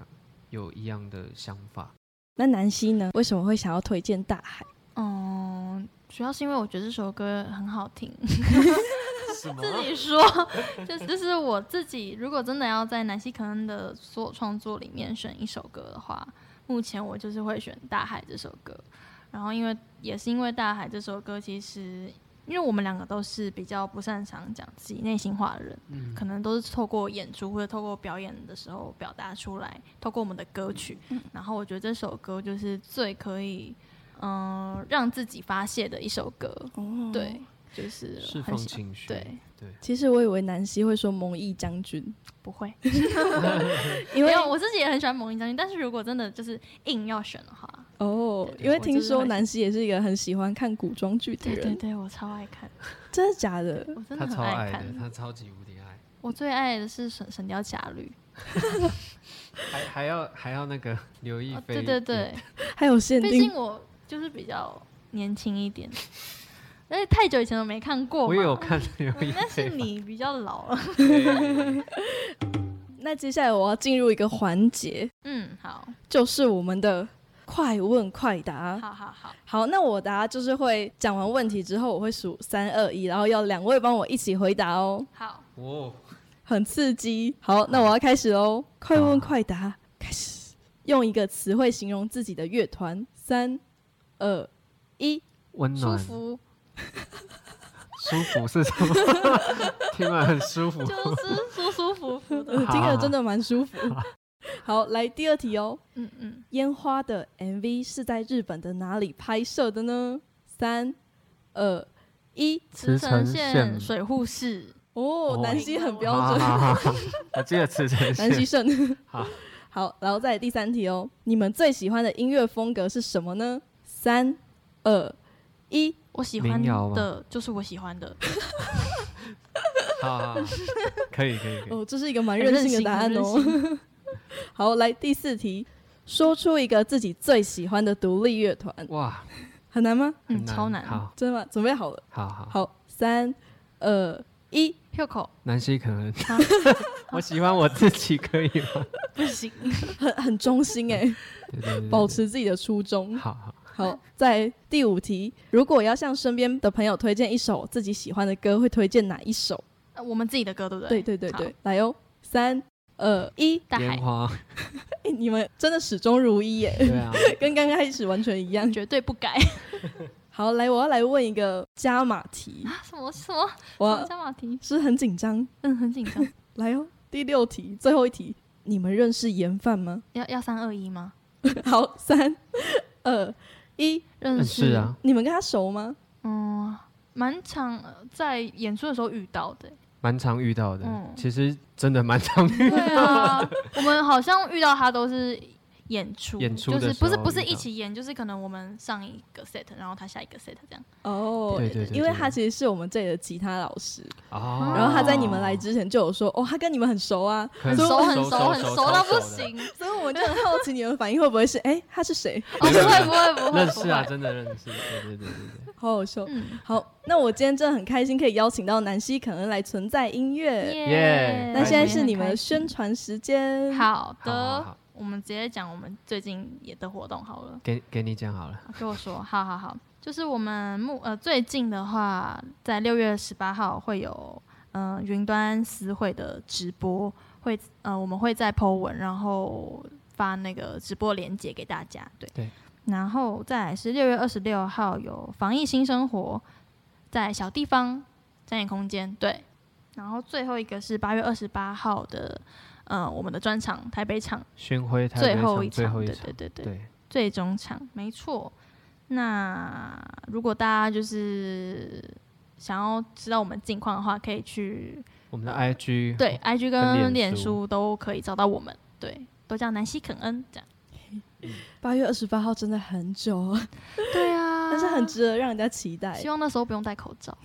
Speaker 2: 有一样的想法。
Speaker 1: 那南希呢？为什么会想要推荐《大海》？
Speaker 3: 嗯，主要是因为我觉得这首歌很好 听，
Speaker 2: 什么
Speaker 3: 自己说，就是就是我自己，如果真的要在南希肯恩的所有创作里面选一首歌的话，目前我就是会选《大海》这首歌。然后因为也是因为《大海》这首歌，其实因为我们两个都是比较不擅长讲自己内心话的人，
Speaker 2: 嗯
Speaker 3: 可能都是透过演出或者透过表演的时候表达出来，透过我们的歌曲。
Speaker 2: 嗯
Speaker 3: 然后我觉得这首歌就是最可以。嗯，让自己发泄的一首歌，
Speaker 1: 哦，
Speaker 3: 对，，就是
Speaker 2: 释
Speaker 3: 很
Speaker 2: 放
Speaker 3: 喜欢
Speaker 2: 情绪？
Speaker 3: 对，
Speaker 2: 对，
Speaker 1: 其实我以为南希会说蒙毅将 军，
Speaker 3: 不会，
Speaker 1: 因为
Speaker 3: 没有，我自己也很喜欢《蒙面将军》，但是如果真的就是硬要选的话，
Speaker 1: 哦，
Speaker 3: 对
Speaker 1: 因为
Speaker 3: 我就
Speaker 1: 听
Speaker 3: 是
Speaker 1: 说
Speaker 3: 会
Speaker 1: 南希也是一个很喜欢看古装剧的
Speaker 3: 对
Speaker 1: 人，
Speaker 3: 对对，我超爱看，
Speaker 1: 真的假的？
Speaker 3: 我真
Speaker 2: 他
Speaker 3: 的
Speaker 2: 超
Speaker 3: 很爱
Speaker 2: 爱
Speaker 3: 看
Speaker 2: 的，。他超级无敌爱，
Speaker 3: 我最爱的是《神神雕侠侣
Speaker 2: 还还要还要那个刘》亦
Speaker 3: 哦，
Speaker 2: 菲
Speaker 3: 对
Speaker 2: 演，
Speaker 3: 对对，
Speaker 1: 还有限
Speaker 3: 毕
Speaker 1: 定
Speaker 3: 竟我就是比较年轻一点，因为太久以前都没看过
Speaker 2: 我
Speaker 3: 嘛。
Speaker 2: 也有看刘亦
Speaker 3: 嗯但是
Speaker 2: 菲，
Speaker 3: 你比较老了。
Speaker 1: 那接下来我要进入一个环节，
Speaker 3: 嗯，好，
Speaker 1: 就是我们的快问快答。
Speaker 3: 好好好，
Speaker 1: 好，那我答就是会讲完问题之后，我会数三二一，然后要两位帮我一起回答哦，
Speaker 3: 好，
Speaker 2: 哦，
Speaker 1: 很刺激。好，那我要开始喽，快问快答，开始。用一个词汇形容自己的乐团，三、二、一，
Speaker 2: 温
Speaker 3: 舒
Speaker 2: 暖
Speaker 3: 服，
Speaker 2: 舒服是什么？ 听完很舒服。
Speaker 3: 就是舒舒服服的。
Speaker 1: 呃听了真的蛮舒服。 好，来第二题哦，
Speaker 3: 嗯嗯，
Speaker 1: 烟花的 MV 是在日本的哪里拍摄的呢？三、二、一。
Speaker 3: 茨
Speaker 2: 茨
Speaker 3: 城
Speaker 2: 城
Speaker 3: 县
Speaker 2: 县
Speaker 3: 水户市，
Speaker 1: 哦
Speaker 2: 哦，
Speaker 1: 南希很标
Speaker 2: 好
Speaker 1: 准，
Speaker 2: 好 好好我记得吃成
Speaker 1: 南希
Speaker 2: 是
Speaker 1: 胜。
Speaker 2: 好，
Speaker 1: 好，然后再来第三题哦，你们最喜欢的音乐风格是什么呢？三、二、一。
Speaker 3: 我喜欢
Speaker 2: 民谣吗
Speaker 3: 的就是我喜欢的，
Speaker 2: 好好，好可以可以可以。
Speaker 1: 哦，这是一个蛮任性的答案哦。 好，来第四题，说出一个自己最喜欢的独立乐团，
Speaker 2: 哇，
Speaker 1: 很难吗？
Speaker 3: 嗯，
Speaker 2: 很
Speaker 3: 超难。
Speaker 2: 好
Speaker 1: 真的吗？准备好了，
Speaker 2: 好好，
Speaker 1: 好，三、二、一。
Speaker 3: 票口
Speaker 2: 南希可能，我喜欢我自己，可以吗？
Speaker 3: 不行，
Speaker 1: 很很忠心哎、
Speaker 2: 对对对对，
Speaker 1: 保持自己的初衷。
Speaker 2: 好好。
Speaker 1: 好，在第五题，如果要向身边的朋友推荐一首自己喜欢的歌，会推荐哪一首？
Speaker 3: 呃我们自己的歌对不
Speaker 1: 对
Speaker 3: 对？
Speaker 1: 对对对
Speaker 3: 好，
Speaker 1: 来哦，三二一、
Speaker 3: 大海
Speaker 2: 烟花，
Speaker 1: 哎你们真的始终如一耶，
Speaker 2: 对啊，
Speaker 1: 跟刚开始完全一样。
Speaker 3: 绝对不 改
Speaker 1: 好，来，我要来问一个加码题，
Speaker 3: 啊！什么什么什么
Speaker 1: 我
Speaker 3: 加马蹄？
Speaker 1: 是很紧张。
Speaker 3: 嗯，很紧张。
Speaker 1: 来哦，第六题，最后一题，你们认识盐饭吗？
Speaker 3: 要要三二一吗？
Speaker 1: 好，三二一，
Speaker 3: 认
Speaker 2: 嗯，
Speaker 3: 识
Speaker 2: 是，啊，
Speaker 1: 你们跟他熟吗？
Speaker 3: 嗯，蛮常呃在演出的时候遇到 的欸、
Speaker 2: 蛮常遇到的。
Speaker 3: 嗯
Speaker 2: 其实真的蛮常遇到
Speaker 3: 对啊，我们好像遇到他都是演出，
Speaker 2: 演出
Speaker 3: 就
Speaker 2: 的
Speaker 3: 是不是
Speaker 2: 时候
Speaker 3: 不是
Speaker 2: 遇到
Speaker 3: 一起演，就是可能我们上一个 set，然后他下一个 set 这样。
Speaker 1: 哦，
Speaker 2: 对对对
Speaker 1: 因为
Speaker 2: 对
Speaker 1: 他其实是我们这里的吉他老师，
Speaker 2: 哦
Speaker 1: 然后他在你们来之前就有说，哦，他跟你们很熟啊，
Speaker 2: 很
Speaker 1: 所以
Speaker 3: 熟
Speaker 1: 我
Speaker 3: 很
Speaker 2: 熟
Speaker 3: 熟很
Speaker 2: 熟
Speaker 3: 熟到
Speaker 2: 超
Speaker 3: 不
Speaker 2: 熟的
Speaker 3: 行，
Speaker 1: 所以我们就很好奇你们反应会不会是，哎，他是谁？
Speaker 3: 哦，不会不会不会，
Speaker 2: 认识啊，
Speaker 3: 不会
Speaker 2: 真的认识，对对对对
Speaker 1: 好好笑。
Speaker 3: 嗯，
Speaker 1: 好，那我今天真的很开心可以邀请到南希肯恩来存在音乐。
Speaker 2: 耶
Speaker 1: 那现在是你们的
Speaker 3: 的
Speaker 1: 宣传时间，
Speaker 3: 传，，好
Speaker 2: 对，好好
Speaker 3: 的，
Speaker 2: 好，
Speaker 3: 我们直接讲我们最近也的活动好了。
Speaker 2: 给给你讲好了，
Speaker 3: 啊跟我说，好好好，就是我们目呃最近的话，在六月十八号会有嗯、呃云端私会的直播，会呃我们会在 Po 文，然后发那个直播链接给大家，对
Speaker 2: 对
Speaker 3: 然后再来是六月二十六号有防疫新生活，在小地方展演空间，对，然后最后一个是八月二十八号的。呃，我们的专场台北场
Speaker 2: 巡回台
Speaker 3: 最
Speaker 2: 北
Speaker 3: 后
Speaker 2: 场
Speaker 3: 一
Speaker 2: 最
Speaker 3: 场，
Speaker 2: 后一
Speaker 3: 对
Speaker 2: 场
Speaker 3: 对，对对，
Speaker 2: 对，
Speaker 3: 最终场，没错。那如果大家就是想要知道我们近况的话，可以去
Speaker 2: 我们的 IG
Speaker 3: 对 IG 跟
Speaker 2: 跟脸
Speaker 3: 脸
Speaker 2: 书
Speaker 3: 书都可以找到我们，对，都叫南希肯恩这样。
Speaker 1: 八月二十八号真的很久，
Speaker 3: 对 啊，
Speaker 1: 但是很值得让人家期待
Speaker 3: 希，望那时候不用戴口罩。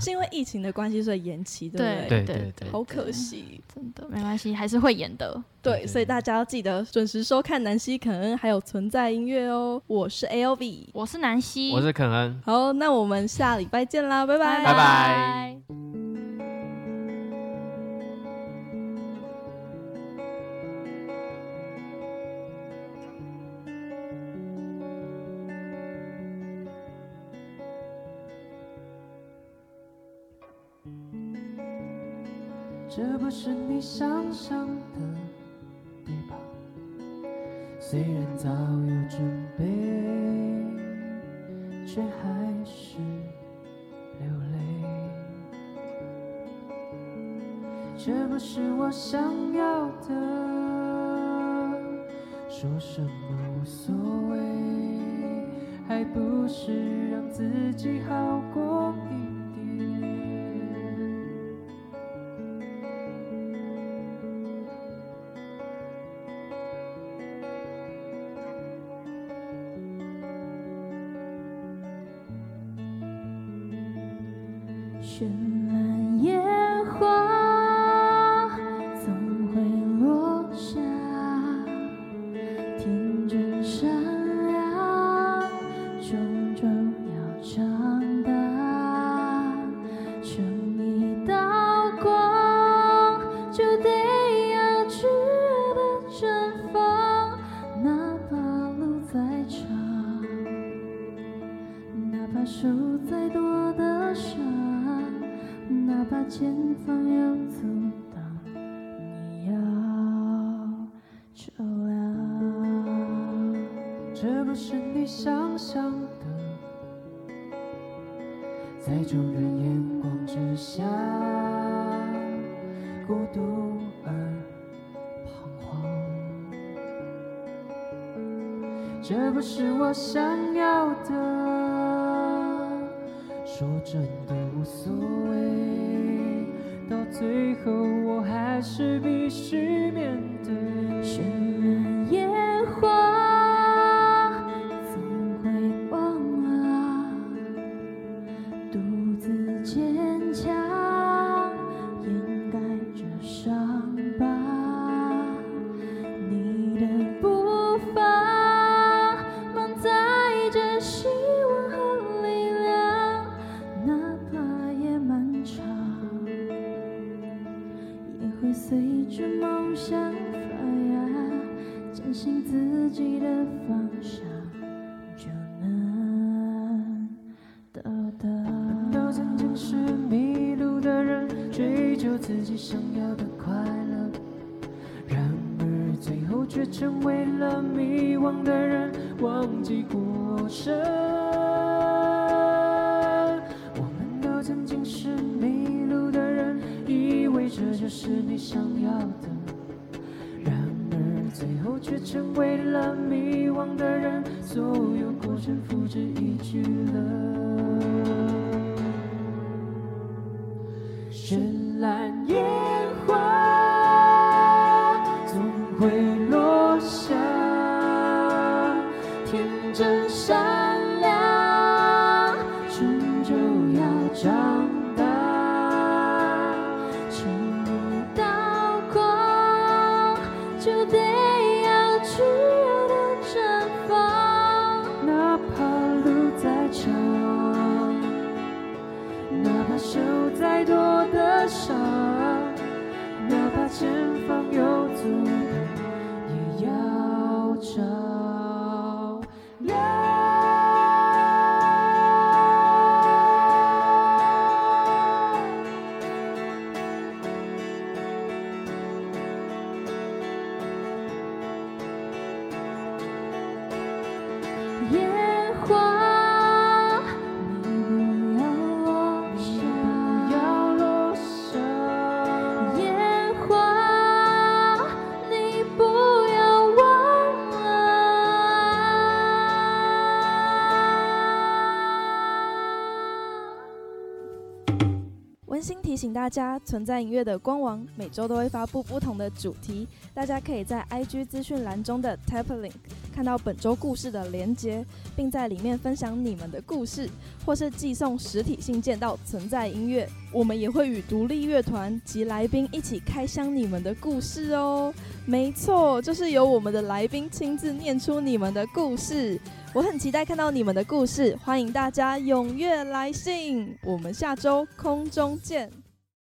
Speaker 1: 是因为疫情的关系所以延期，对不
Speaker 2: 对
Speaker 3: 对
Speaker 2: 对对
Speaker 3: 对，
Speaker 1: 好可，惜。
Speaker 3: 真的没关系，还是会演的。
Speaker 2: 对
Speaker 1: 对，
Speaker 2: 对
Speaker 1: 所以大家要记得准时收看南希肯恩还有存在音乐哦。我是 A L V，
Speaker 3: 我是南希，
Speaker 2: 我是肯恩。
Speaker 1: 好，那我们下礼拜见啦，拜拜，
Speaker 2: 拜拜
Speaker 4: 这不是你想象的地方，虽然早有准备，却还是流泪。这不是我想要的，说什么无所谓，还不是让自己好过一点。绚烂野花总会落下，天真善良终究要长大，成一道光就得要炙热的绽放，哪怕路再长。哪怕受再多的伤，哪怕前方有阻挡，你要照亮。这不是你想象的，在众人眼光之下，孤独而彷徨。这不是我想要的。说真的无所谓，到最后我还是必须面对。绚烂野花总会忘了，独自坚强掩盖着伤疤。你的步伐满载着希望和力量，哪怕夜漫长，也会随着梦想发芽，坚信自己的方向就能到达。都曾经是迷路的人，追求自己想要的快乐。然而最后却成为了迷惘的人，忘记过程。我们都曾经是迷路的人，以为这就是你想要的。然而最后却成为了迷惘的人，所有过程付之一炬了。绚烂烟花总会落下，天真善良终究要长大，沉默到光就得要炙热的绽放，哪怕路再长。哪怕受再多的伤，哪怕前方有阻挡，也要照亮。
Speaker 5: 烟花，你不要落下。
Speaker 4: 要落下，
Speaker 5: 烟花，你不要忘了。
Speaker 1: 温馨提醒大家，存在音乐的官网每周都会发布不同的主题，大家可以在 IG 资讯栏中的 Tap Link 看到本周故事的连接，并在里面分享你们的故事，或是寄送实体信件到存在音乐。我们也会与独立乐团及来宾一起开箱你们的故事哦。没错，就是由我们的来宾亲自念出你们的故事。我很期待看到你们的故事，欢迎大家踊跃来信。我们下周空中见。